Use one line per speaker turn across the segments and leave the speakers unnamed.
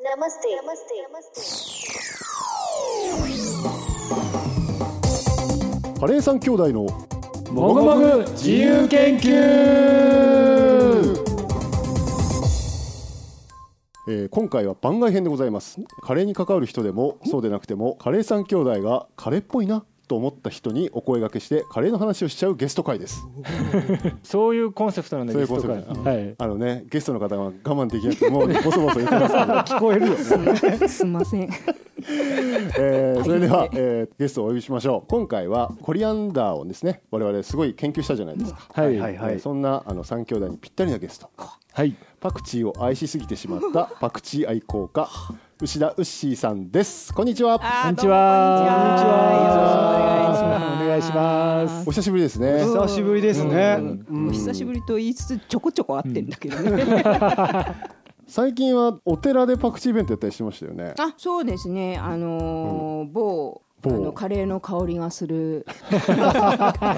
नमस्ते नमस्ते नमस्ते
カレーさん兄弟の
もぐもぐ自由研究
えー今回は番外編でございますカレーに関わる人でもそうでなくてもカレーさん兄弟がカレーっぽいなと思った人にお声掛けしてカレーの話をしちゃうゲスト会です
そういうコンセプトなんだ
そうい
ゲ
う
スト
コンセ
会
プト
はい
あのねゲストの方が我慢できなくてもう ボソボソ言ってますけど
聞こえるよね
すみま せん。
えーそれでは、えーゲストをお呼びしましょう今回はコリアンダーをですね我々すごい研究したじゃないですか、
はい
はいはい
えーそんなあの3兄弟にぴったりなゲスト
はい
パクチーを愛しすぎてしまっ たパクチー愛好家牛田ウッシーさんですこんにちは
こんにちは
こんにちは
よろしくお願いします
お久しぶりですね
う
久しぶりですね。
お久しぶりと言いつつちょこちょこ会ってんだけどね。
最近はお寺でパクチーイベントやったりしてましたよね
あ、そうですね。あのー某あ
某
のカレーの香りが するあ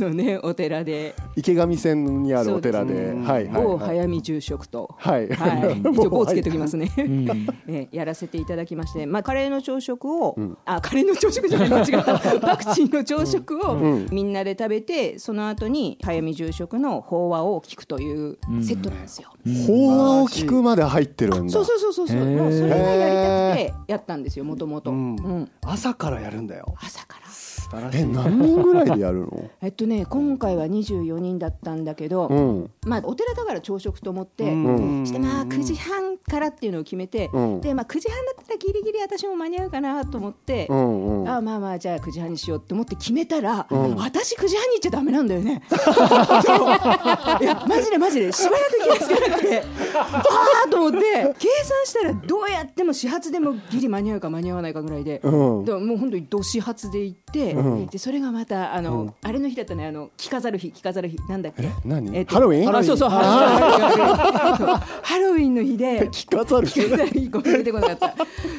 のねお寺で
池上線にあるお寺で
そうですね
はいはい
某
はい
早見住職と。
はい、
はい、一応棒つけときますすね、
ん
えやらせていただきまして、まあ、カレーの朝食を、
ん
あカレーの朝食じゃない間違 ったパクチーの朝食を
うん
みんなで食べてその後に早見住職の法話を聞くというセットなんですよ。
法話を聞くまで入ってるんだ
そうそうそうそうそう、
へー
もうそれがやりたくてやったんですよ、もともと。
うん
うん
朝からやるんだよ。
朝から。
素晴らし
え
い。
何人ぐらいでやる の
えっとね、今回は24人だったんだけど、
うん
まあ、お寺だから朝食と思って、
ん
してまあ9時半からっていうのを決めて、
うん
でまあ、9時半だったらギリギリ私も間に合うかなと思って、
うんうん
あまあまあじゃあ9時半にしようって思って決めたら、
うん
私9時半に行っちゃダメなんだよ ねいやマジでマジでしばらく気がつかなくてああと思って計算したらどうやっても始発でもギリ間に合うか間に合わないかぐらいで、
うん
でもう本当にど始発で行って、
うん
でそれがまたあの、あれの日だったねあの着飾る日着飾る日なんだっけ
何
えっと
ハロウィン
あそうそうハロウィンハロウィンの 日で
聞かざる
聞かないごめん出てこなかった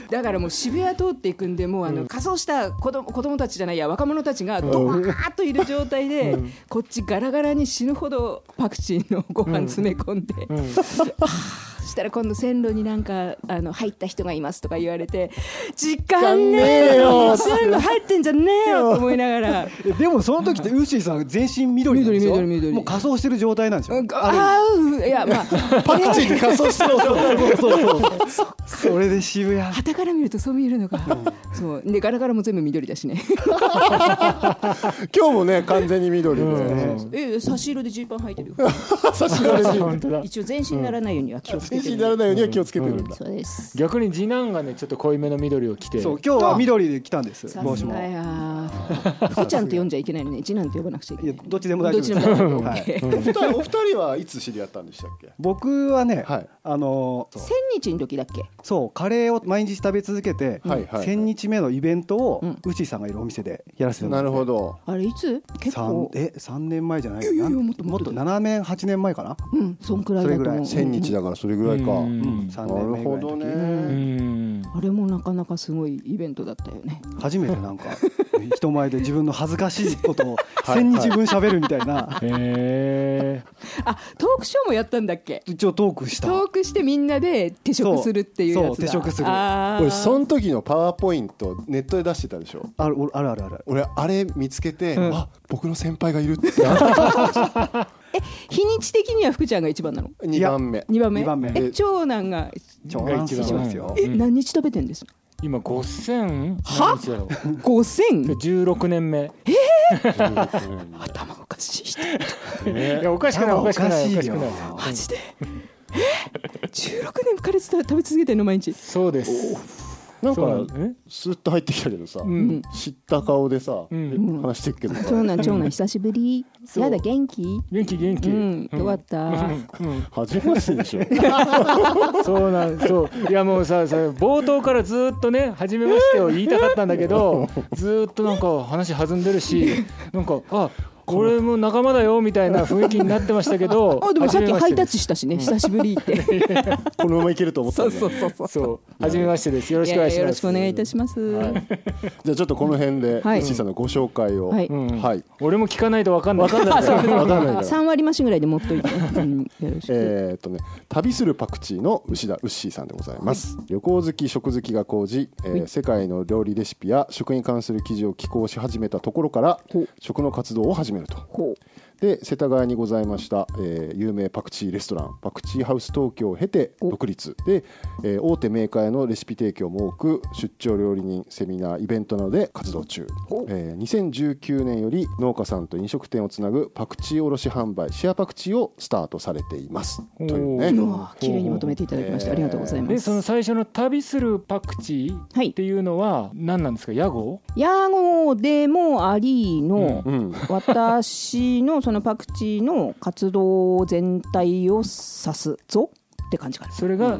だからもう渋谷通っていくんでもうあの仮装した子供子供たちじゃないや若者たちがドワーッといる状態でこっちガラガラに死ぬほどパクチーのご飯詰め込んで、そしたら今度線路になんかあの入った人がいますとか言われて時間ねえよ線路入ってんじゃねえよと思いながら。
えでもその時ってウッシーさん全身緑なんですよ。
緑緑緑
もう仮装してる状態なんですよ。
あーいやまあ
パクチーに仮装してる
そうそうそう。それで渋谷。
旗から見るとそう見えるのかそうでガラガラも全部緑だしね
今日もね完全に緑で、
ええ差し色でジーパン履いてるよ。
差し出し
本当だ
一応全身にならないようには気をつけ
天
て
気
る。
にならないようには気をつけてるんだ、
そうです。
逆に次男がねちょっと濃いめの緑を着て
そう今日は緑で来たんです。
さ
帽子
す
も
が。や。ふちゃんって呼んじゃいけないのね。次男って呼ばなくちゃいけ
い
な
や
いのね。
どっちでも大丈夫です。
どっちでも
は
大
い。
丈夫。
お二人お二人はいつ知り合ったんでしたっけ
僕はね、
はい
あの
千日の時だっけ。
そうカレーを毎日食べ続けて、
はいはい
1000日目のイベントを、
うん
ウッシーさんがいるお店でやらせてもら
な
って
るほど
あれいつ？結
三
構。
え三年前じゃない
いやいや
なん
もっともっと
7年8年前かな、
うん、そんくらいだと思う。
それ
千日だからそれぐらいか、
うん
うん、3年
な
目
る
ぐ
ほ
らいの
どね、
時
うん
あれもなかなかすごいイベントだったよね。
初めて なんか人前で自分の恥ずかしいことを1000日分喋るみたいな
へえ
あ、トークショーもやったんだっけ。
一応トークした
トークしてみんなで手食するっていうやつだ。
そうそう手食する
あ
俺
あ。
その時のパワーポイントネットで出してたでしょ
あるあるあるある
俺あれ見つけて、
うん
あ僕の先輩がいる ってなった
日にち的には福ちゃんが一番なの。
2番目
二番目。
二番目
え、長男が。
長男すますよ
え、何日食べてんです。
今五千
は五千。
十六年目
頭おかしい人
いやおかしくないおかしくないおかしくない
よ
マジでえ16年カレー食べ続けてんの毎日
そうです
なん
そうなの
かスーッと入ってきたけどさ、
うん
知った顔でさ、
うん
ん
話してっけどさ
長男長男久しぶり
そう
やだ元気
元気元気
うんよかった
うん
初めましてでしょ
そうなんそういやもうささ冒頭からずっとね「初めまして」を言いたかったんだけどずっとなんか話弾んでるしなんかあ俺も仲間だよみたいな雰囲気になってましたけど
あでもさっ
初め
き
ま
ハ
して
イタッ
です
チしたしね久しぶりって
このままいけると思ったんで
う そうそう
そう初めましてですよろしくお願いします
よろしくお願いいたします、
じゃあちょっとこの辺で
はい
石井さんのご紹介を
は
はいい、
うん俺も聞かないと分かんない
分かんないから分かんないから
3割増しぐらいで持っといて、ねうん、よろしく、
えーっとね、旅するパクチーの牛田ウッシーさんでございます、旅行好き食好きが高じ、えー世界の料理レシピや食に関する記事を寄稿し始めたところから食の活動を始めるとで世田谷にございました、えー有名パクチーレストランパクチーハウス東京を経て独立で、えー大手メーカーへのレシピ提供も多く出張料理人セミナーイベントなどで活動中、えー2019年より農家さんと飲食店をつなぐパクチー卸販売シェアパクチーをスタートされていますというね
うわ綺麗にまとめていただきました、
えー
ありがとうございま
でその
す
最初の「旅するパクチ
はい
ー」っていうのは何なんですか屋号
ヤゴでもありの、
うん
私のそのパクチーの活動全体を指すぞって感じかな
それが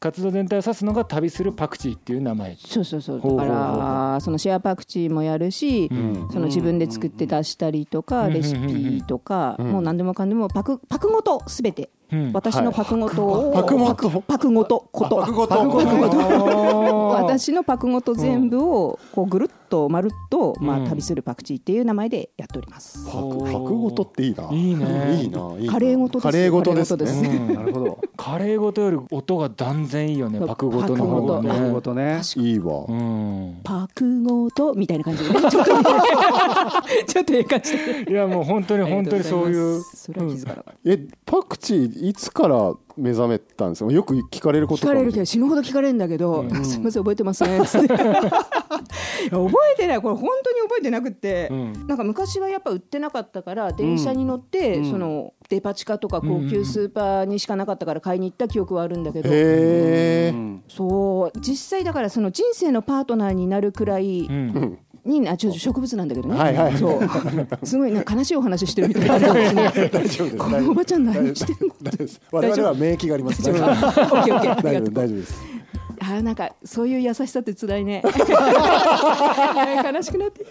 活動全体を指すのが「旅するパクチー」っていう名前
そうそうそう
ほうほ
だ
うほ
か
う
らそのシェアパクチーもやるし、
ん
その自分で作って出したりとか、
うん
レシピとか、
ん
もう何でもかんでもパクパクごとすべて、
うん
私のパクごとを、
パクごと
パクごとこと
パクごと
私のパクごと全部をこうぐるっとまるっと、ま
うん
あ、旅するパクチーっていう名前でやっております。
パクパクごとっていいない
いね
いいないいな
カレーごとです
カレーごとです
カレーごとです
ね
うん
なるほど。
カレーごとより音が断然いいよね
そう
パクごとの方が
パクごと
ね
なるほどね。
いいわ、
うん
パクごとみたいな感じでね、ちょっとちょっとええ感じで
いやもう本当に本当にそういう
それは気づかなかった。
えパクチーいつから目覚めたんですかよく聞かれること
聞かれるけ
け
ど死ぬほど聞かれるんだけど、 すみません覚えてますね つっていや覚えてないこれ本当に覚えてなくって、
うん
なんか昔はやっぱ売ってなかったから電車に乗って、そのデパ地下とか高級スーパーにしかなかったから買いに行った記憶はあるんだけど、
へえ、
そう実際だからその人生のパートナーになるくらい
うん
に、あちょっと植物なんだけどね、
はいはい
そ うすごいなんか悲しいお話してるみたいな感じで
大丈夫です
このおばちゃん何してんの
大丈夫です我々は免疫があります
大丈夫
大
OKOK あり
丈
が
夫
と
で
う
す大丈夫です
あーなんかそういう優しさって辛いね悲しくなってき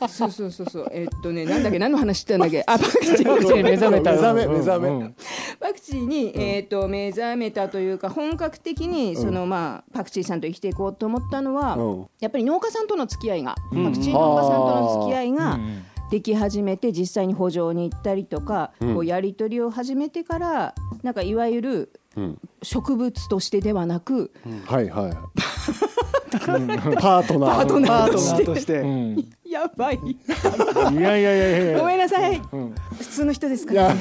たそうそうそうそうえーっとねなんだっけ何の話してたんだっ けあパクチ
パクチー
ー
に目覚めた
目覚め目覚め
うん
パクチーに、えーっと目覚めたというか本格的にその、まあパクチーさんと生きていこうと思ったのは、
うん
やっぱり農家さんとの付き合いが、パクチー農家さんとの付き合いが、
うん
でき始めて実際に補助に行ったりとか、こうやり取りを始めてからなんかいわゆる
ん
植物としてではなく、
はいはいパートナー
パートナ
パ
ー
ー
と
ト
し
ナ
て
ーとして。
やばい
いやいやいやいやい
ご
や
めんなさい、
ん
普通の人ですから、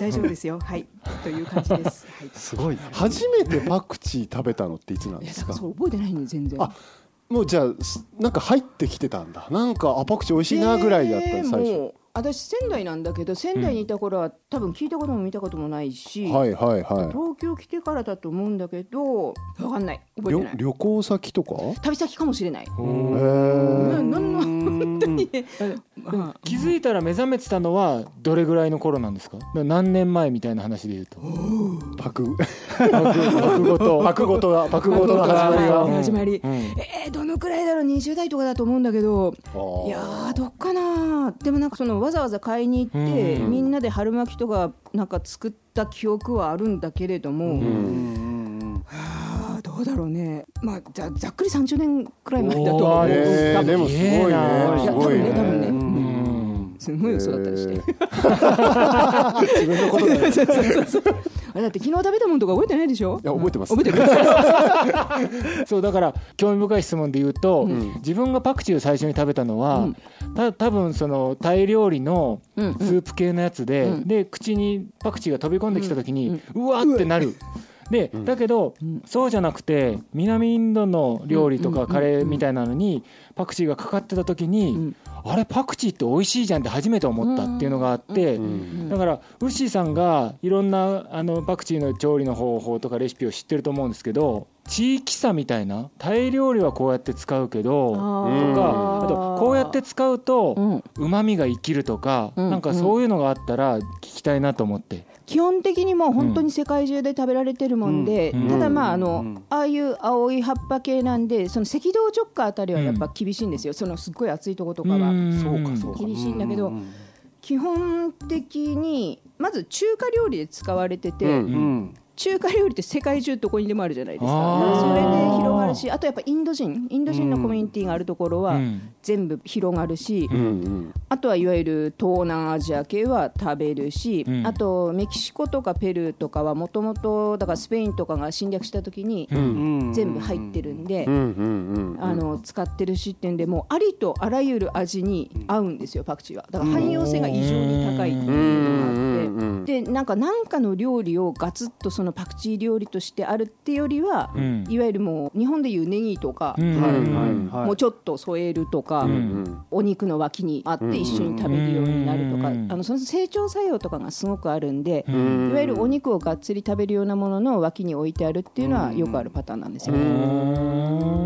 大丈夫ですよはいという感じです、はい、
すごいね。
初めてパクチー食べたのっていつなん
い
で
や
す
だか
から
それ覚えてないんで全然
あもうじゃあすなんか入ってきてたんだなんかあパクチー美味しいなぐらいだった
で
の最初
も私仙台なんだけど仙台にいた頃は、多分聞いたことも見たこともないし、
はいはいは
東京来てからだと思うんだけど分かんない
い
覚え
り
て
ょ
ない
旅行先とか
旅先かもしれない、
へ
な
え
なんの本当にねまあ
気づいたら目覚めてたのはどれぐらいの頃なんですかな何年前みたいな話で言うと
パク
パクごと
パクごとだパクごとの始まり
あ
が
ー始まり
うん
えー、どのくらいだろう20代とかだと思うんだけど
あー
いやーどっかなーでもなんかそのわざわざ買いに行って、
うん
みんなで春巻きとかなんか作った記憶はあるんだけれども、
うん
あーどうだろうねまあざざっくり30年くらい前だと
お
は
ー
思う
え
多
ー
分
でもすごいね
い
す
や多
ごい
分
ね
ね多分ね、
うん
うん
すごい嘘だったりして、
自 分のことだよい
そうそうそうあれだって昨日食べたものとか覚えてないでしょ
や覚えてます
覚えてる
そうだから興味深い質問で言うと、
ん
自分がパクチーを最初に食べたのは、た多分そのタイ料理のス
うんうん
ープ系のやつで、
うん
で口にパクチーが飛び込んできた時に、うわーってなる。でだけど、そうじゃなくて南インドの料理と
うんうんうんう
か
ん
カレーみたいなのにパクチーがかかってた時に、
ん
あれパクチーって美味しいじゃんって初めて思ったっていうのがあって、
ん
だからウッシーさんがいろんなあのパクチーの調理の方法とかレシピを知ってると思うんですけど地域差みたいなタイ料理はこうやって使うけど
あ
と
ー
かあとこうやって使うと
うん
うまみが生きるとか、
うん
なんかそういうのがあったら聞きたいなと思って。
基本的にもう本当に世界中で食べられてるもんで、
うんうん
ただまああの、
うん
ああいう青い葉っぱ系なんでその赤道直下あたりはやっぱ厳しいんですよ、そのすっごい暑いとことかは、
うん
そうかそうか
厳しいんだけど、
うん
基本的にまず中華料理で使われてて、
うん
うん
中華料理って世界中どこにでもあるじゃないですか
あー
だからそれで広がるしあとやっぱインド人インド人のコミュニティがあるところは
うん
全部広がるし、
うん
あとはいわゆる東南アジア系は食べるし、
うん
あとメキシコとかペルーとかはもともとだからスペインとかが侵略した時に
う
うんん
全部入ってるんで、
うんうんうんうん
あの使ってるしっていうんでもうありとあらゆる味に合うんですよパクチーはだから汎用性が異常に高いっていう
うん
の
うん
があ
うん
ってでなんか何かの料理をガツッとそのパクチー料理としてあるってよりは、
うん
いわゆるもう日本でいうネギとか、
うん
はい
うん
はいはい
もうちょっと添えるとか。
うん
お肉の脇にあって一緒に食べるようになるとか、
うん
あのその成長作用とかがすごくあるんで、
うん
いわゆるお肉をがっつり食べるようなものの脇に置いてあるっていうのはよくあるパターンなんですよ。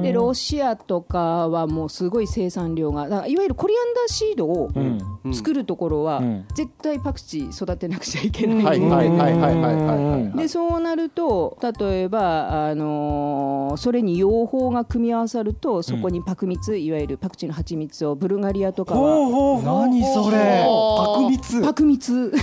でロシアとかはもうすごい生産量がだからいわゆるコリアンダーシードを
うん
作るところは
うん
絶対パクチー育てなくちゃいけない、
はいはいはいはいはいはいはい
うん
はい
でそうなると例えば、あのーそれに養蜂が組み合わさるとそこにパク蜜、いわゆるパクチーの蜂蜜をブルガリアとかは
ほうほうほう何それ爆蜜
パク蜜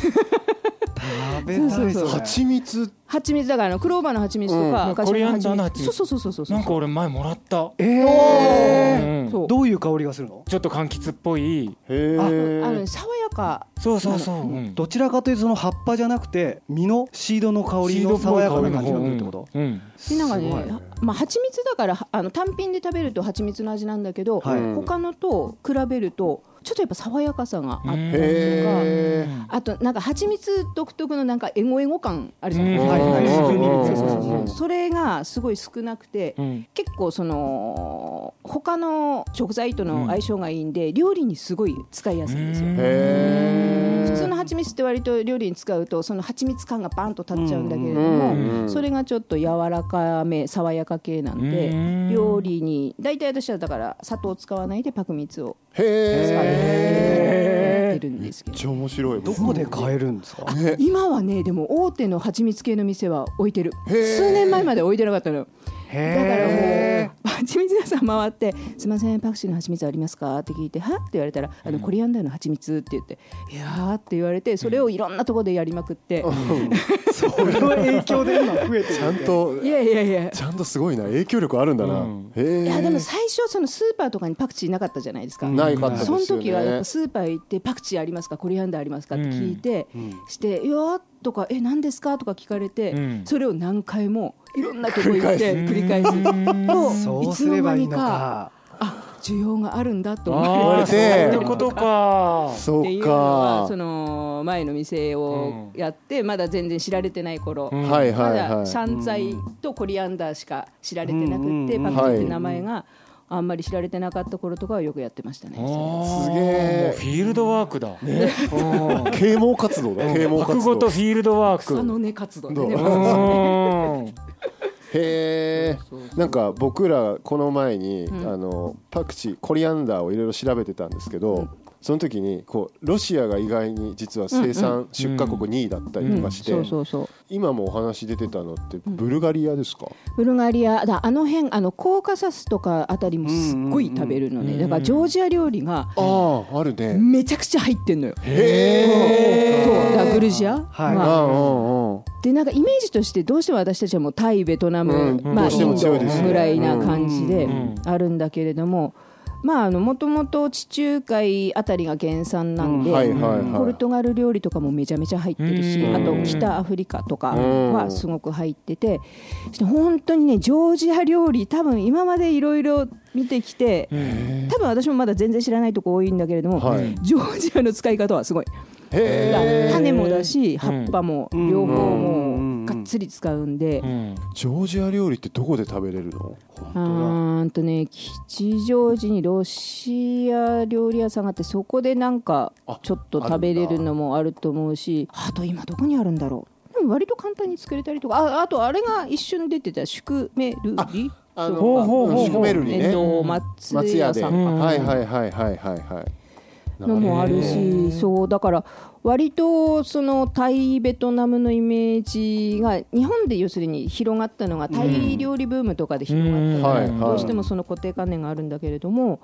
食べたいそれ
蜂蜜
蜂蜜だからあのクローバーの蜂蜜とか、
うん
赤潮の蜂蜜
コリアンダーの蜂蜜
そうそうそうそうそう
なんか俺前もらった
えー
うん
そう
どういう香りがするの
ちょっと柑橘っぽい
へ
ああ
え
の爽やか
そうそうそううん
どちらかというとその葉っぱじゃなくて実のシードの香りの爽やかな感じがするってこと
うんうん
でなんかね
すごい
まあ蜂蜜だからあの単品で食べると蜂蜜の味なんだけど、
はい
他のと比べるとちょっとやっぱ爽やかさが
う
あっ
ん
て、
へー
あとなんか蜂蜜独特のなんかエゴエゴ感あるじゃないですか、
はいはい
うんうんうん
そうそう
うん
そううんそれがすごい少なくて、
うん
結構その他の食材との相性がいいんで、料理にすごい使いやすいんですよ。
へー
普通の蜂蜜って割と料理に使うとその蜂蜜感がバンと立っちゃうんだけれど
うんうんう
も
ん
それがちょっと柔らかめ爽やか系なん
うん
で料理に大体私はだから砂糖を使わないでパク蜜を使って
へえ
やってるんですけ
めっ
ど
ちゃ面白い
どこで買えるんですか
今はねでも大手の蜂蜜系の店は置いてる
へー
数年前まで置いてなかったのよだから
へ
もう蜂蜜屋さん回って「すいませんパクチーの蜂蜜ありますか?」って聞いて「は?」って言われたら「あのコリアンダーの蜂蜜」って言って「いやー」って言われてそれをいろんなところでやりまくっ
え
て、
それの影響で今増えてる
ちゃんと
いやいやいや
ちゃんとすごいな影響力あるんだな
うん
へー
いやでも最初そのスーパーとかにパクチーなかったじゃないですか。
ないかったですよ
そ
ね
の時はやっぱスーパー行ってパクチーありますかコリアンダーありますかって聞いて、
うん
して「いやー」とか「え何ですか?」とか聞かれて、
うん
それを何回もいろんなとこ行って
繰
繰
り
り
返
返
す
す
そ
というつ
すれ
の
ば
間
いい
に
の
か
か
あ需要があるんだと思わ
あ
れ
あ
て
て
そういうことか
そ
っていううのは
か
その前の店をやってまだ全然知られてない頃、
うん
はいは
ま
いは
だ
い
シャンツァイとコリアンダーしか知られてなくって、
うん
パクチーって名前があんまり知られてなかった頃とかはよくやってましたね。
すげえ
もうフィールドワークだうん
啓蒙活動だ 啓蒙
白
活
語と
動
フィールドワー
草の
ク
根活動でね。
どう
うん
へえなんか僕らこの前に
ん
あのパクチーコリアンダーをいろいろ調べてたんですけどその時にこうロシアが意外に実は生産出荷国2位だったりとかして
そうそうそう。
今もお話出てたのってブルガリアですか
ブルガリアだあの辺あのコーカサスとかあたりもすっごい食べるのね、
うんうん
だからジョージア料理が
あああるね
めちゃくちゃ入ってんのよ。
へえ
そうだからグルジア、
はい
まあ
うんうん
でなんかイメージとしてどうしても私たちはもうタイベトナム、
うんど
まあ、
う
イ
しても
ンド
強いですよね
ぐらいな感じで
うんうん
あるんだけれども。まあ、あのもともと地中海あたりが原産なんで、
うんはいはいはい
ポルトガル料理とかもめちゃめちゃ入ってるし、
うん
あと北アフリカとかはすごく入ってて、そして本当にねジョージア料理多分今までいろいろ見てきて、多分私もまだ全然知らないとこ多いんだけれども、
はい
ジョージアの使い方はすごい。
へ
だ
え
種もだし葉っぱも
ん
両方
うんうんう
も
ん
うがっつり使うんで
う、ん
ジョージア料理ってどこで食べれるの
うーんとね吉祥寺にロシア料理屋さんがあってそこでなんか
あ
ちょっと食べれるのもあると思うしあと今どこにあるんだろうでも割と簡単に作れたりとかああとあれが一瞬出てた宿命ルリ
あ
と
の
か
ほうほうほう
シュクメルリ
えっ
ね
と松
松屋
屋
で
さん
はいはいはいはいはいはい
のもあるしそうだから割とそのタイベトナムのイメージが日本で要するに広がったのがタイ料理ブームとかで広がったから、
うんはいはい
どうしてもその固定観念があるんだけれども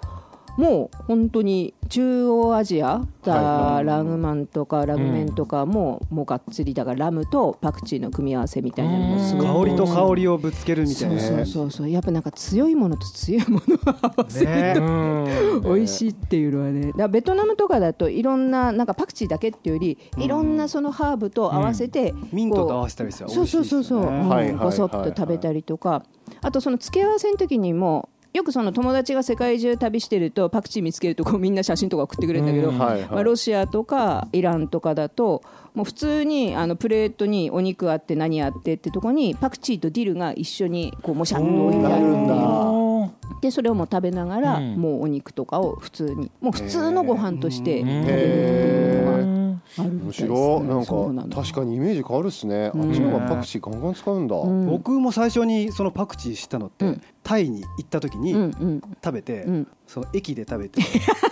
もう本当に中央アジアだ、
はい
ラグマンとかラグメンとかも、もうがっつりだからラムとパクチーの組み合わせみたいなのもすごい
香りと香りをぶつけるみたい
そう
な
そうそうそうやっぱなんか強いものと強いものを合わせ
ね
うん
ね
美味しいっていうのはねだからベトナムとかだといろんななんかパクチーだけっていうよりいろんなそのハーブと合わせて、
ミントと合わせたりしたら美
そう
味しい
そう
です
そ
よ
う
ね
そう、うん
はいはいはいはい
ごそっと食べたりとかあとその付け合わせの時にもよくその友達が世界中旅してるとパクチー見つけるとこうみんな写真とか送ってくれるんだけど、
うん
はいはい
まあ、ロシアとかイランとかだともう普通にあのプレートにお肉あって何あってってとこにパクチーとディルが一緒にこうもしゃっと置いてあるっ
な
てい
る
うん
だ
でそれをもう食べながら、
うん
もうお肉とかを普通にもう普通のご飯として食べるっていうのが
へ
あるみ
む
た
し
いですね
ろなん
そうなの
か確かにイメージ変わるっすねあっちの方がパクチーガンガン使うんだ
うん
僕も最初にそのパクチー知ったのって、
うん
タイに行った時
う
に
んうん
食べて、
うん
その駅で食べてス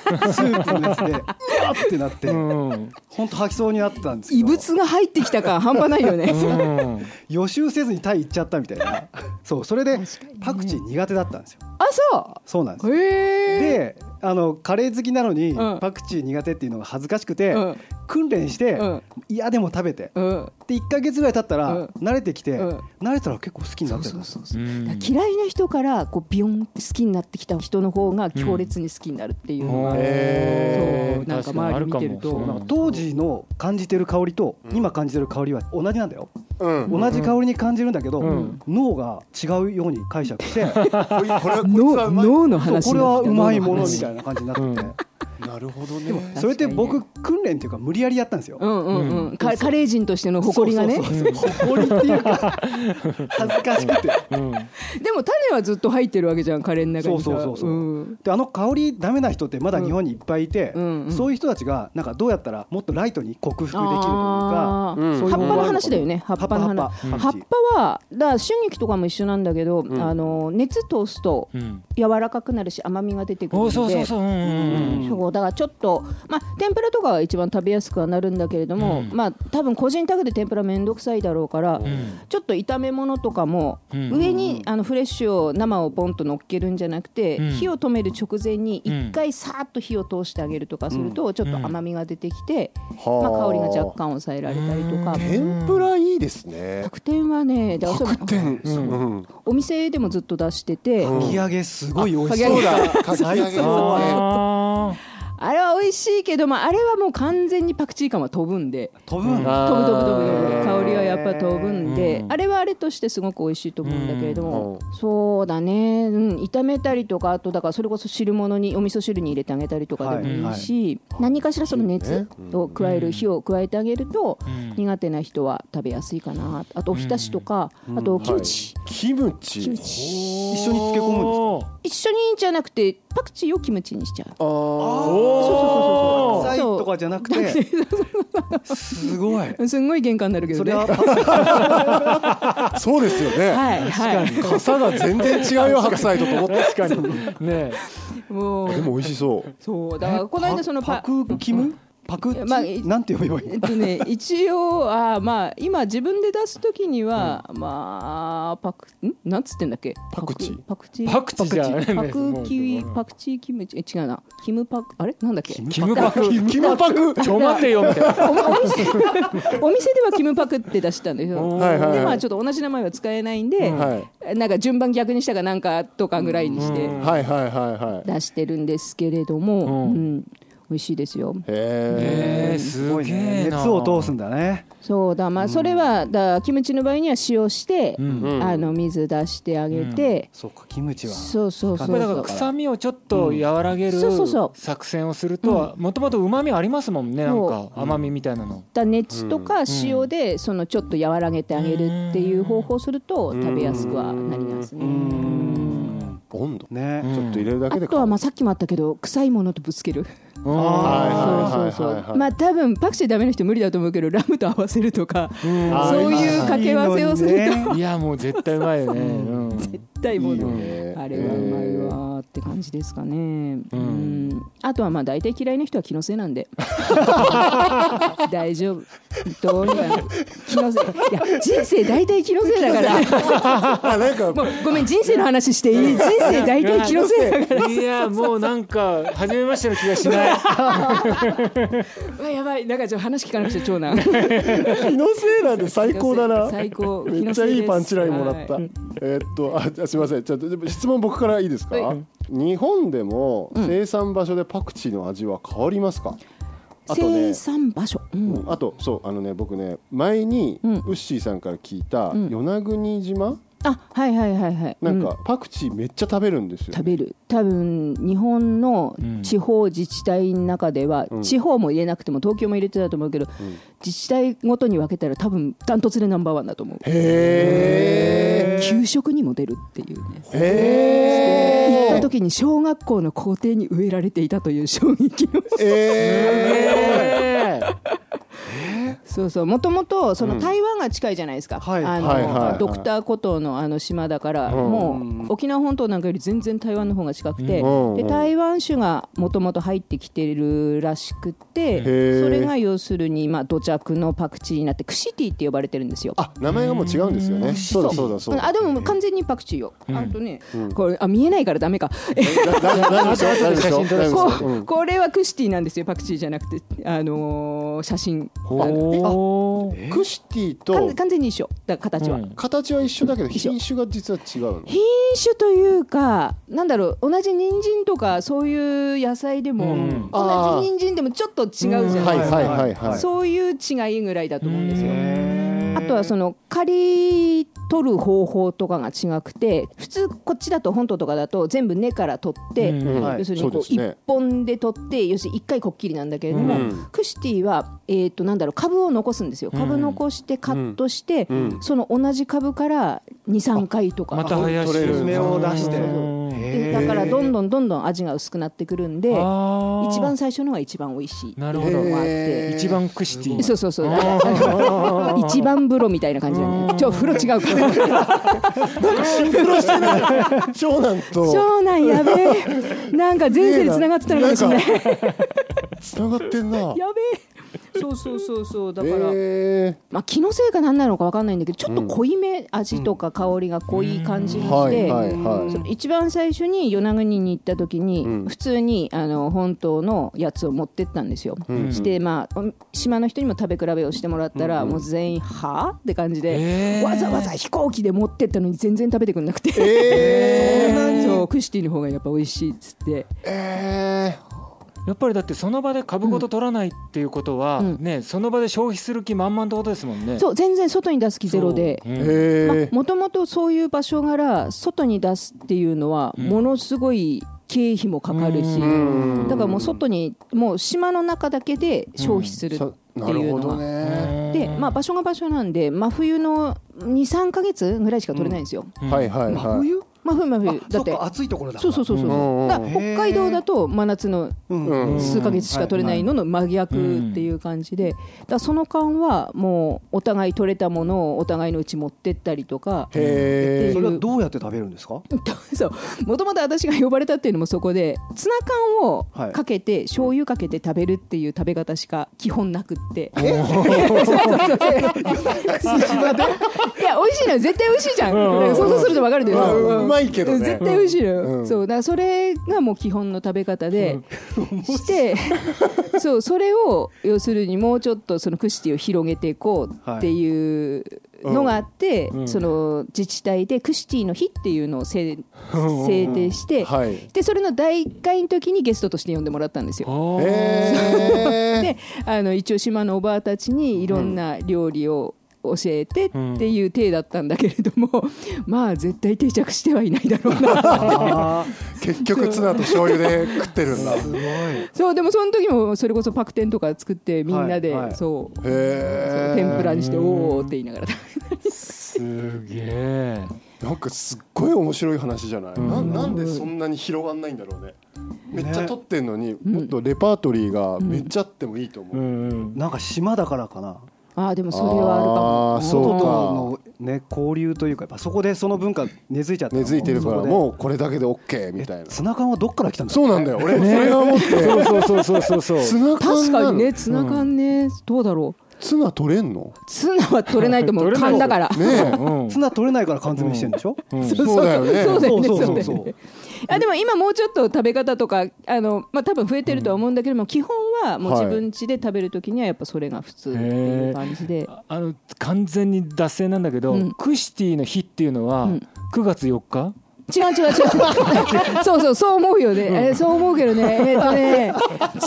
ープのやつでうわーってなって
ーうん
本当吐きそうになったんですけ
異
ど
物が入ってきた感半端ないよね
うん
予習せずにタイ行っちゃったみたいなそうそれでパクチー苦手だったんですよ
あそ
そうなんです
うへえ
であのカレー好きなのに、
うん
パクチー苦手っていうのが恥ずかしくて、
うん
訓練して、
うん
いやでも食べて、
うん
で1か月ぐらい経ったら、
うん
慣れてきて、
うん
慣れたら結構好きになってたんです
そうそうだから嫌いな人からこうビヨンって好きになってきた人の方が強烈に好きになるっていうのが、
へー
そうなんか周り見てると
確かにあ
な
か
ん
も
か当時の感じてる香りと、今感じてる香りは同じなんだよ、
うん
同じ香りに感じるんだけど、
うん
脳が違うように解釈して、
これ これこいつはう
脳
まい
脳の
そう
話
これはうまいものみた
い
いな感じになってて、
うん
なるほど
でも
ね
それで僕訓練っていうか無理やりやったんですよ、
うんうんうん、カカレー人としての誇りがね
そうそうそう誇りっていうか恥ずかしくて
うん
でも種はずっと入ってるわけじゃんカレーの中にさ
そうそうそうそうんであの香りダメな人ってまだ日本にいっぱいいて、
うんうんうん
そういう人たちがなんかどうやったらもっとライトに克服できるという
あ
か
ー
うん
そういう
葉っ
方法
ぱの
ある
話だよね葉っぱの話
葉っぱ
葉
葉
っ
っぱ
ぱはだから春菊とかも一緒なんだけど、
ん
あの熱通すと
うん
柔らかくなるし甘みが出てくるの
お
で
そうそうそううんうんうん
うん
そうだからちょっと、まあ、天ぷらとかは一番食べやすくはなるんだけれども、
うん
まあ多分個人宅で天ぷら面倒くさいだろうから、
ん
ちょっと炒め物とかも、
うん
上にあのフレッシュを生をポンと乗っけるんじゃなくて、
うん
火を止める直前に
うん
一回さーっと火を通してあげるとかするとちょっと甘みが出てきて、
は
ま
あ
あ、香りが若干抑えられたりとか。
天ぷらいいですね
白天はね、だからその
うん
お店でもずっと出してて、
うん
かき揚げすごい美味し
あ
そう
かき揚
だ
かき揚げ
最高
あ
あれは美味しいけど、まあ、あれはもう完全にパクチー感は飛ぶんで、
飛ぶんだ
飛ぶ飛ぶ飛
へ
ぶ
ー
香りはやっぱ飛ぶんで、
うん
あれはあれとしてすごく美味しいと思うんだけれども、
う
そうだね、うん、炒めたりとかあとだからそれこそ汁物にお味噌汁に入れてあげたりとかでもいいし、何かしらその熱を加える、
うん
火を加えてあげると
ーうん
苦手な人は食べやすいかなあとおひたしとか、あとキムチ、
キムチ
キムチ
一緒に漬け込むんですか
おー
一緒にじゃなくてパクチーをキムチにしちゃう。
あー
お
白
ー
菜とかじゃなくてすごい
すんごい喧嘩になるけど
そ
ね。
れは
は
パク
そうですよね
いはい。
傘が全然違うよ白菜とと思って
確かにね
もう
でも美味しそう
そうだからこの間その
パクキムパクチ
まあ
なんて呼べばい
え
い
っと ね、一応あーまあ今自分で出す時には、まあパクんなんつってんだっけ
パクチー
パクチー
パクチーじゃ
パ
ない
クチーパクキウイパクチーキムチえ違うなキムパクあれなんだっけ
キムパク
キムパク
ちょ待てよみたいな
おお店 お店ではキムパクって出してたんで すよ、
はいはいはい
でまあちょっと同じ名前は使えないんで、
は
なんか順番逆にしたかなんかとかぐらいにして
うん
はいはいはいはい
出してるんですけれども、
うん
うん、美味しいですよ
へ
えー
す
す
ごい
げ
ね
えな
熱を通すんだね
そうだまあそれはだキムチの場合には塩して、
うん
うん
あの水出してあげて、
そうかキムチは
そうそうそう
こ
そ
れだから
う
臭みをちょっと和らげる
そうそうそう
作戦をするともともとうまみありますもんねなんか甘みみたいなの
だ熱とか塩でそのちょっと和らげてあげるっていう方法をすると食べやすくはなりますね。
うん
温度
ね
ちょっと入れるだ
あ
けで
とはまあさっきもあったけど臭いものとぶつける
あ
はい
そ
は
う
い
そ
はいうは
そ
いう
まあ多分パクチーダメな人無理だと思うけどラムと合わせるとか
あー
そういう掛け合わせをすると
いいのにね
いやもう絶対うまいよねうん
絶対も
いいよ
う
ね
あれはうまいわーって感じですか
う
ね、うんん、あとはまあ大体嫌いな人は気のせいなんで大丈夫どうにか気のせいいや人生大体気のせいだから
あなんか
もうごめん人生の話していい人生大体気のせいだから
いやもうなんか初めましての気がし ない
うわやばいなんかちょっと話聞かなくちゃ長男
気のせいなんで最高だな
最高
めっちゃいいパンチラインもらった、
はい
えーっとあじゃあすいませんちょっとでも質問僕からいいですか、
は
日本でも
うん
生産場所でパクチーの味は変わりますか、あとね
生産場所、うん
あとそうあのね僕ね前にウ
うん
ッシーさんから聞いた
ん
与那国島、
あはいはいはいはい
なん
う
かパクチーめっちゃ食べるんですよ、
食べる多分日本の
うん
地方自治体の中では、
うん
地方も入れなくても東京も入れてたと思うけど、自治体ごとに分けたら多分ダントツでナンバーワンだと思う
へ
給食にも出るっていうね
えへ
行った
え
時に小学校の校庭に植えられていたという衝撃の
え
えー
そうそうもともとそ
うん
の台湾が近いじゃないですか、
はい
あの
はいはい
ドクターコトーのあの島だから、
うん
もう沖縄本島なんかより全然台湾の方が近くて、
うん
で台湾酒がもともと入ってきてるらしくて
ー
それが要するに、まあ、土着のパクチーになってクシティって呼ばれてるんですよ。
あ名前がもう違うんですよねそうだそうだそうだ
あでも完全にパクチーよ、
ん
あとね、これあ見えないからダメか
だだだ大丈夫ですよ
あとで写真撮ら
大
せて
丈
こ
夫ですようん
これはクシティなんですよパクチーじゃなくて、あのー写真
おー
クシティと
完完全に一緒だから形は、
うん
形は一緒だけど
一緒
品種が実は違うの
品種というかなんだろう同じ人参とかそういう野菜でも、
うん
あー
同じ人参でもちょっと違うじゃないですか、
はいはいはいはい
そういう違いぐらいだと思うんですよ。
へ
あ
ー
とはその刈り取る方法とかが違くて普通こっちだと本島とかだと全部根から取って、
うん
うん
はい
要するにこう
そうですね
1本で取って、要するに1回こっきりなんだけれども、
うん
クシティは、えー、となんだろう株を残すんですよ
うん
株残してカットして、
うん
その同じ株から23回とか。
また林
取れる
爪を出して
うん
でだからどんどんどんどん味が薄くなってくるんで
あー
一番最初のが一番美味しいっていう
なる
の
ほど
もあっ
へ
て
一番クシティ
そうそうそうだから 一番風呂みたいな感じなんだねちょ風呂違う か
シンクロしてない長男と
長男やべえなんか前世で繋がってたのかもしれない
ね繋がってんな
やべえそうそうそうそうだから、
え
まあ、気のせいか何なのか分かんないんだけどちょっと濃いめ、味とか香りが濃い感じに
ー、
して、
はいはい
そ
は
の一番最初に与那国に行った時に、
うん
普通にあの本島のやつを持ってったんですよ、
ん
して、まあ、お島の人にも食べ比べをしてもらったら、もう全員「はあ?」って感じで、
えー
わざわざ飛行機で持ってったのに全然食べてくれなくて、
いえ
そうクシティの方がやっぱ美味しいっつって
ー、え
やっぱりだってその場で株ごと取らないっていうことは、
うん
ねその場で消費する気満々ってことですもんね
そう全然外に出す気ゼロで
うん
ー、えー、
もともとそういう場所柄外に出すっていうのはものすごい経費もかかるし、
ん
だからもう外にもう島の中だけで消費するってい
さ
う
なる
の
ほ
が、
どね、
で、まあ、場所が場所なんで真冬の23か月ぐらいしか取れないんですよ、
うん
はいはい
真
はい、
冬
真冬真冬
あ
だ
そ
っ
ってか暑いところだ
そうそうそうそう、
うんうん
だから北海道だと真夏の
うん
う
うん
ん
数か月しか取れないのの真逆っていう感じで、だからその間はもうお互い取れたものをお互いのうち持ってったりとか。
へ
そ
ー
れはどうやって食べるんですか
そうもともと私が呼ばれたっていうのもそこでツナ缶を
はい
かけて、醤油かけて食べるっていう食べ方しか基本なくってえ いや美味しいのよ絶対美味しいじゃん
うんうんうん
想像すると分かるでしょ
まあうまいけどね
絶対美味しいのよ、
うん
そうだからそれがもう基本の食べ方で、してそうそれを要するにもうちょっとそのクシティを広げていこうっていうのがあって、
ん
その自治体でクシティの日っていうのを制
うん
制定して、
はい
でそれの第1回の時にゲストとして呼んでもらったんですよ。
おー
えー、
であの一応島のおばあたちにいろんな料理を教えてっていう体だったんだけれども、まあ絶対定着してはいないだろうな
結局ツナと醤油で食ってるんだへ
すごい
そうでもその時もそれこそパク天とか作ってみんなで、
はいはい
そうそう天ぷ
え
らにしておおって言いな がら
すげえ
なんかすっごい面白い話じゃない、ななんでそんなに広がんないんだろうねめっちゃ撮ってんのに、もっとレパートリーがめっちゃあってもいいと思う、
うん
なんか島だからかな
ああでもそれはあるかも
あーそうか
外のね交流というかやっぱそこでその文化根付いちゃった
根付いてるからも
う
うこれだけで OK みたいな
ツナ缶はどっから来たんだ
そうなんだよ俺それが思っ
そう
て
そうそうそうそうそう
ツナ
確
缶
か
な
に
の
ねツナ缶ね、どうだろう
ツナ取れん の
ツナは取れないと思う
取れない
缶だから、
ねえ
うん
ツナ取れないから缶詰にしてんでしょ、
んそうだよね
そうだよね
そそ
そうう
う
だ
そ
よ
うそ
ね
う
あでも今もうちょっと食べ方とかあの、まあ、多分増えてるとは思うんだけども、基本はもう
はい
自分家で食べるときにはやっぱそれが普通っていう感じで、
ああの完全に脱線なんだけど、
うん
クシティの日っていうのは
うん
9月4日、
違う違う違う そうそうそう思うよね、えーそう思うけどねえーっとね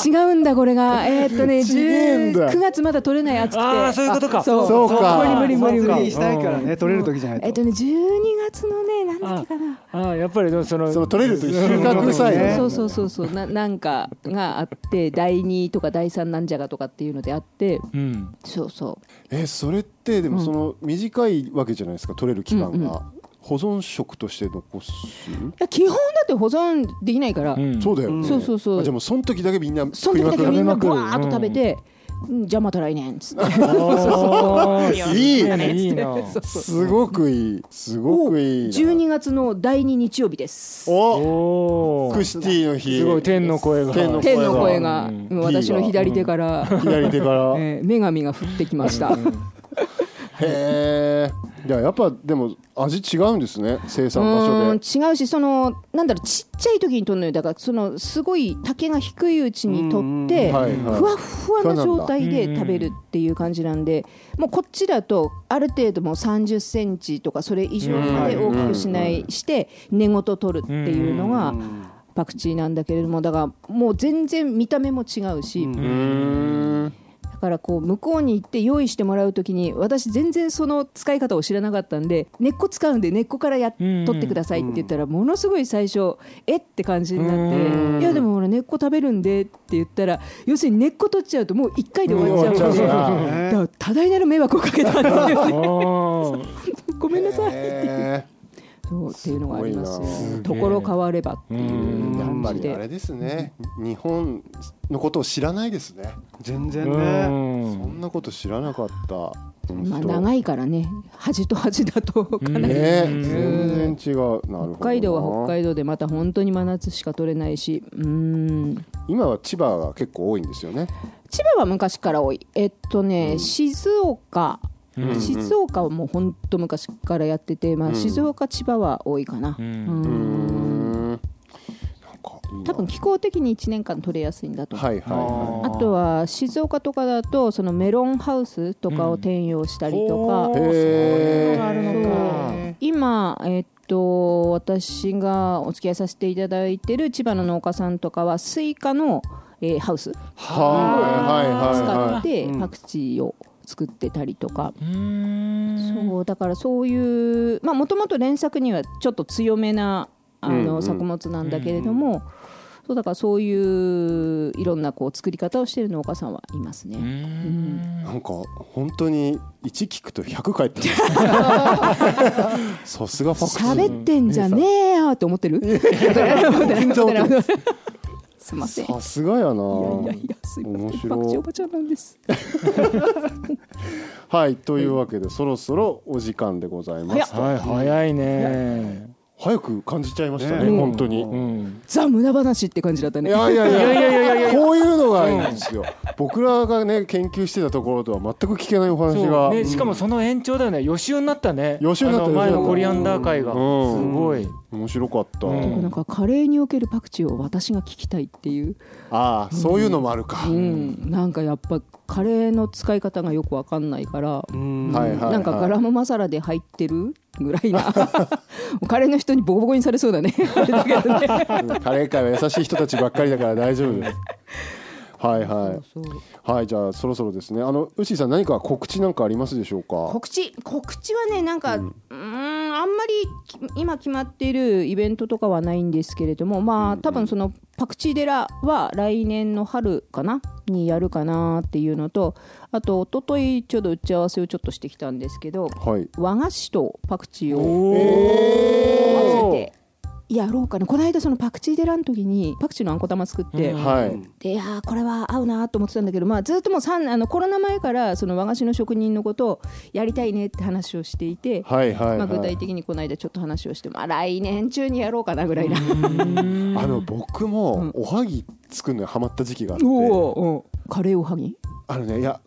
違うんだこれがえーっとね
違えんだ
9月まだ取れない暑くて
あーそういうことか
そう
そうか
無理無理無理無
缶詰
理
にしたいからね取れる時じゃないと、
えーっとね12月のねなんだっけかな
ああやっぱりでもその
その取れるという収穫
そう
祭
ね
そうそうそうそうななんかがあって第2とか第3なんじゃがとかっていうのであって
うん、
そうそ
えそれってでもその短いわけじゃないですか取れる期間
うんう
が保存食として残す
ういや基本だって保存できないから、
うん、
そうだよね
そうそうそう
あじゃあもうその時だけみんな
そ
食い
の
ま
時
く
だけ
る
みんな
食べ
ぶ
まくる
わーっと食べて、うんじゃあまた来年っつって
あー
いい
ねいいな
すごくいいすごくいいな
12月の第2日曜日です
お
おお
クシティの日
すごい天の声が
天の
天の声が、
うん
うん私の左手から、
左手からへ
えー女神が降ってきました、
えいややっぱでも味違うんですね生産場
う
所
ん
で
違うしそのなんだろうちっちゃい時に取るのよだからそのすごい竹が低いうちに取って、
うんはいはい
ふわっふわな状態で食べるっていう感じなんでもうこっちだとある程度もう30センチとかそれ以上まで大きくしないして根ごと取るっていうのがパクチーなんだけれどもだからもう全然見た目も違うし、
う
う
ん
ーん
だからこう向こうに行って用意してもらうときに私全然その使い方を知らなかったんで根っこ使うんで根っこからやっ
うん
取ってくださいって言ったらものすごい最初えって感じにな
う
っ
ん
ていやでも俺根っこ食べるんでって言ったら要するに根っこ取っちゃうともう1回で終わっちゃう
終わっちゃう
から
から
ね
だから多大なる迷惑をかけたんで すよね
おー
ごめんなさい
へ
そうっていうのがありますよ
す
な
ところ変わればっていう
ーやっ
感
ぱ
じ
りあれ
で
ですね日本のことを知らないですね
全然
う
ね
そ
ん
んなこと知らなかった
まあ長
い
いからね端と端だとかなり
ね
うん
全然違うなるほどな
北海道は北海道でまた本当に真夏しか取れないしうーん
今は千葉が結構多いんですよね
千葉は昔から多いえっとね、静岡
ん
静岡はもう本当昔からやってて、まあ、静岡、千葉は多いか
ん
な、
うー
うん
んなんかいいな
多分気候的に1年間取れやすいんだと思う、
はいはいは
あとは静岡とかだとそのメロンハウスとかを転用したりとか、
うん
い
へ
へ
そう
え
今、えっと、私がお付き合いさせていただいてる千葉の農家さんとかはスイカの、えーハウス
はいはいはい
使
は
っ
い
て
うん
パクチーを作ってたりとか、
うん
そうだからそういうまあもともと連作にはちょっと強めなあ
うんう
の
ん
作物なんだけれども、そうだからそういういろんなこう作り方をしている農家さんはいますね。
なんか本当に1聞くと100回ってさすがファクト
喋ってんじゃねえよって思ってる。 すみません。い
さすがやない
やいやすいま
面
せん。
白い
パクチーおばちゃんなんです。
はいというわけでそろそろお時間でございます
はい早いね
早く感じちゃいましたね
ね
本当に
うん
ザ無駄話って感じだった
い
ね。
やいやいや
いやいやいやいや
こういうのがいいんですよ僕らがね研究してたところとは全く聞けないお話
そ
が
うねしかもその延長だよね予習になったね
予習になった
あの
予
前
習にな
の
った
コリアンダー会が
う
す
ん
ごい
面白かった
うん
なんかカレーにおけるパクチーを私が聞きたいっていう、
ああそういうのもあるか
うん、なんかやっぱカレーの使い方がよくわかんないから、
うん
はいはいはい
なんかガラムマサラで入ってるぐらいな カレーの人にボコボコにされそうだねあれだけど
カ
ね
レー界は優しい人たちばっかりだから大丈夫です。はいはい
そうそう
はいじゃあそろそろですねあのうしーさん何か告知なんかありますでしょうか
告知告知はねなんか、うーん、あんまりき今決まっているイベントとかはないんですけれどもまあ、多分そのパクチー寺は来年の春かなにやるかなっていうのとあと一昨日ちょうど打ち合わせをちょっとしてきたんですけど
はい
和菓子とパクチーを
お
合わせ
お
てやろうかなこの間そのパクチー寺の時にパクチーのあんこ玉作って、
うん
はい
でいやーこれは合うなと思ってたんだけど、まあ、ずっともうさんあのコロナ前からその和菓子の職人のことをやりたいねって話をしていて、
はいはい
まあ、具
は
体
い
的にこの間ちょっと話をして、まあ、来年中にやろうかなぐらいな。
あの僕もおはぎ作るのにハマった時期があって
おお、カレーおはぎ。
あのねいや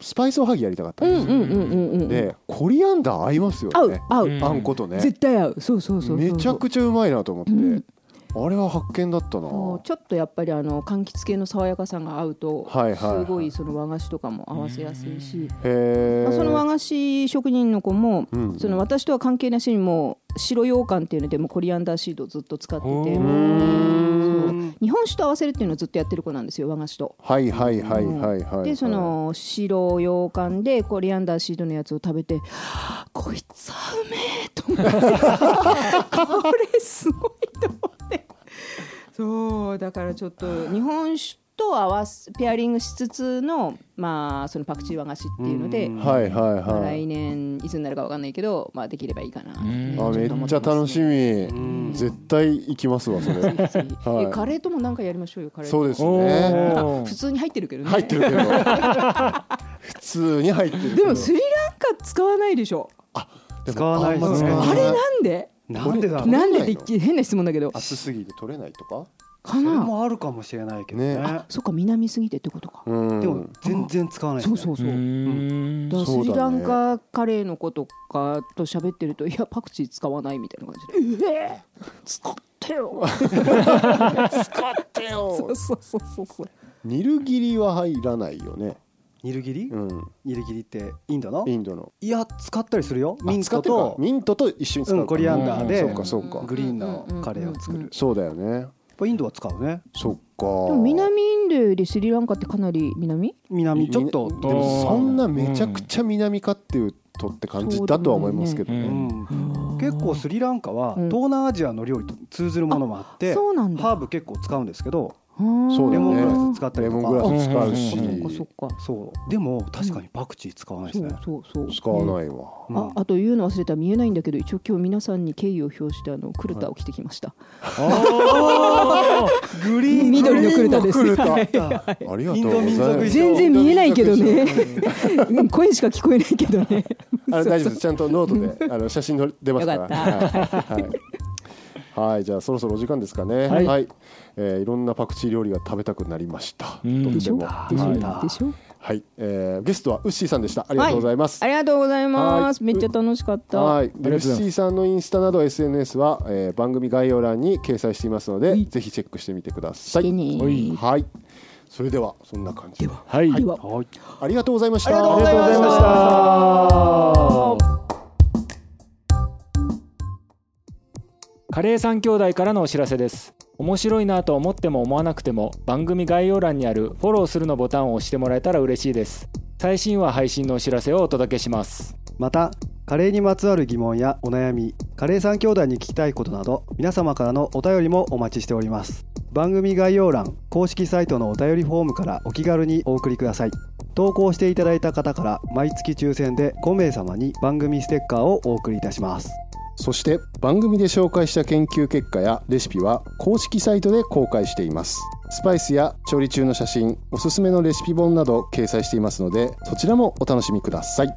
スパイスおはぎやりたかった
うんん
です
う
よ
んうんうんうん。
でコリアンダー合いますよ
合う
ね
合う、
うん
あんことね
絶対合う。そうそうそうそう
めちゃくちゃうまいなと思って、
うん
あれは発見だったな
そうちょっとやっぱりあの柑橘系の爽やかさが合うと、
はいはいはい
すごいその和菓子とかも合わせやすいし、
へえ、
まあ、その和菓子職人の子も、
うん
その私とは関係なしにもう白羊羹っていうのでもうコリアンダーシードをずっと使ってて
ほう
そう日本酒と合わせるっていうのをずっとやってる子なんですよ和菓子と。
はいはいはいはいはい、
でその白羊羹でコリアンダーシードのやつを食べてはあ「こいつはうめえ!」と思ってこれすごいと思ってそうだからちょっと日本酒と合わすペアリングしつつの,、まあそのパクチー和菓子っていうので、
うん
はいはい
まあ、
は
来
い
年いつになるかわかんないけど、まあ、できればいいかなってね、
うん
あめっちゃ楽しみ、
ん
絶対行きますわそ れ
ぜひぜひ
はい
えカレーともなんかやりましょうよカレーと
そうです
お
ね
ー
普通に入ってるけどね
入ってるけど 普通に入ってるけど
でもスリランカ使わないでしょ
でも
使わないですね
あんま使わ
あ
ない
れなんで
なんでだろう
取れな
な
い
ん
の
でって言って変な質問だけど
暑すぎて取れないとか
か
それ
な
もあるかもしれないけどね
ねあ
そっか南すぎてってことか、
うん
でも全然使わないです
そ
ね
うそうそうう、
ん
だから
そうだね
スリランカカレーの子とかと喋ってるといやパクチー使わないみたいな感じで「ええ使ってよ!
使って」よ
そうそうそうそうそう
煮る切りは入らないよね
煮る切り
うん
煮る切りってインドの
インドの
いや使ったりするよ
あ
ミン
使っ
ト
てるか
と
ミントと一緒に使う
う
か
んコリアンダーで
そうかそうか
グリーンのカレーを作
うんうんうんうん
る
そうだよね
やっぱインドは使うね
そっか
でも南インドよりスリランカってかなり南
南ちょっと
でもそんなめちゃくちゃ南かっていうとって感じだとは思いますけど
う
う
ね
ん結構スリランカは
うん
東南アジアの料理と通ずるものもあって
そうなんだ
ハーブ結構使うんですけど
そうだ
レ
よ
モン
ね
グラ
あ
ス
ー
使ったり
レ
と
モン
か
グラス使うし
うん
そっかそっか
そうでも確かにパクチー使わないです
そう
ね
そうそう
使わ
い、
ないわ
うん
ああと言うの忘れた見えないんだけど一応今日皆さんに敬意を表してあのクルタを着てきました、
グリーン
緑のクルタです
グリーンの
クルタ
ありがと
イン
うござ
ド
い
民族
ます
衣装
全然見えないけどねうん声しか聞こえないけどね
あれ大丈夫ですちゃんとノートであの写真の出ますから
よかった
はいはい、はい、じゃあそろそろお時間ですかねは、
はいい
えーいろんなパクチー料理が食べたくなりました、
うん
とっ
でしてょ
も
で
は
しょ
はい
でしょ
い、えーゲストはウッシーさんでしたありがとうございます、
ありがとうございます
は
め
い
っちゃ楽しかった
はい、
ありがとう
ル
ご
ッ
ざいます
シーさんのインスタなど SNS は、えー番組概要欄に掲載していますので、ぜひチェックしてみてください。
してね
は
はいい、
それではそんな感じで
はい
では
はい
ありがとうございました。
ありがとうございま
あ
した
りがとうございました
カレー三兄弟からのお知らせです面白いなと思っても思わなくても番組概要欄にあるフォローするのボタンを押してもらえたら嬉しいです最新話配信のお知らせをお届けします
またカレーにまつわる疑問やお悩みカレー三兄弟に聞きたいことなど皆様からのお便りもお待ちしております番組概要欄公式サイトのお便りフォームからお気軽にお送りください投稿していただいた方から毎月抽選で5名様に番組ステッカーをお送りいたします
そして番組で紹介した研究結果やレシピは公式サイトで公開していますスパイスや調理中の写真おすすめのレシピ本など掲載していますのでそちらもお楽しみください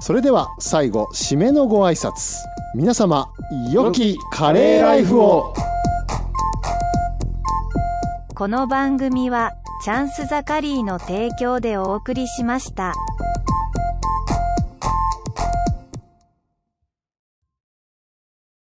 それでは最後締めのご挨拶皆様良きカレーライフを
この番組はチャンスザカリーの提供でお送りしました。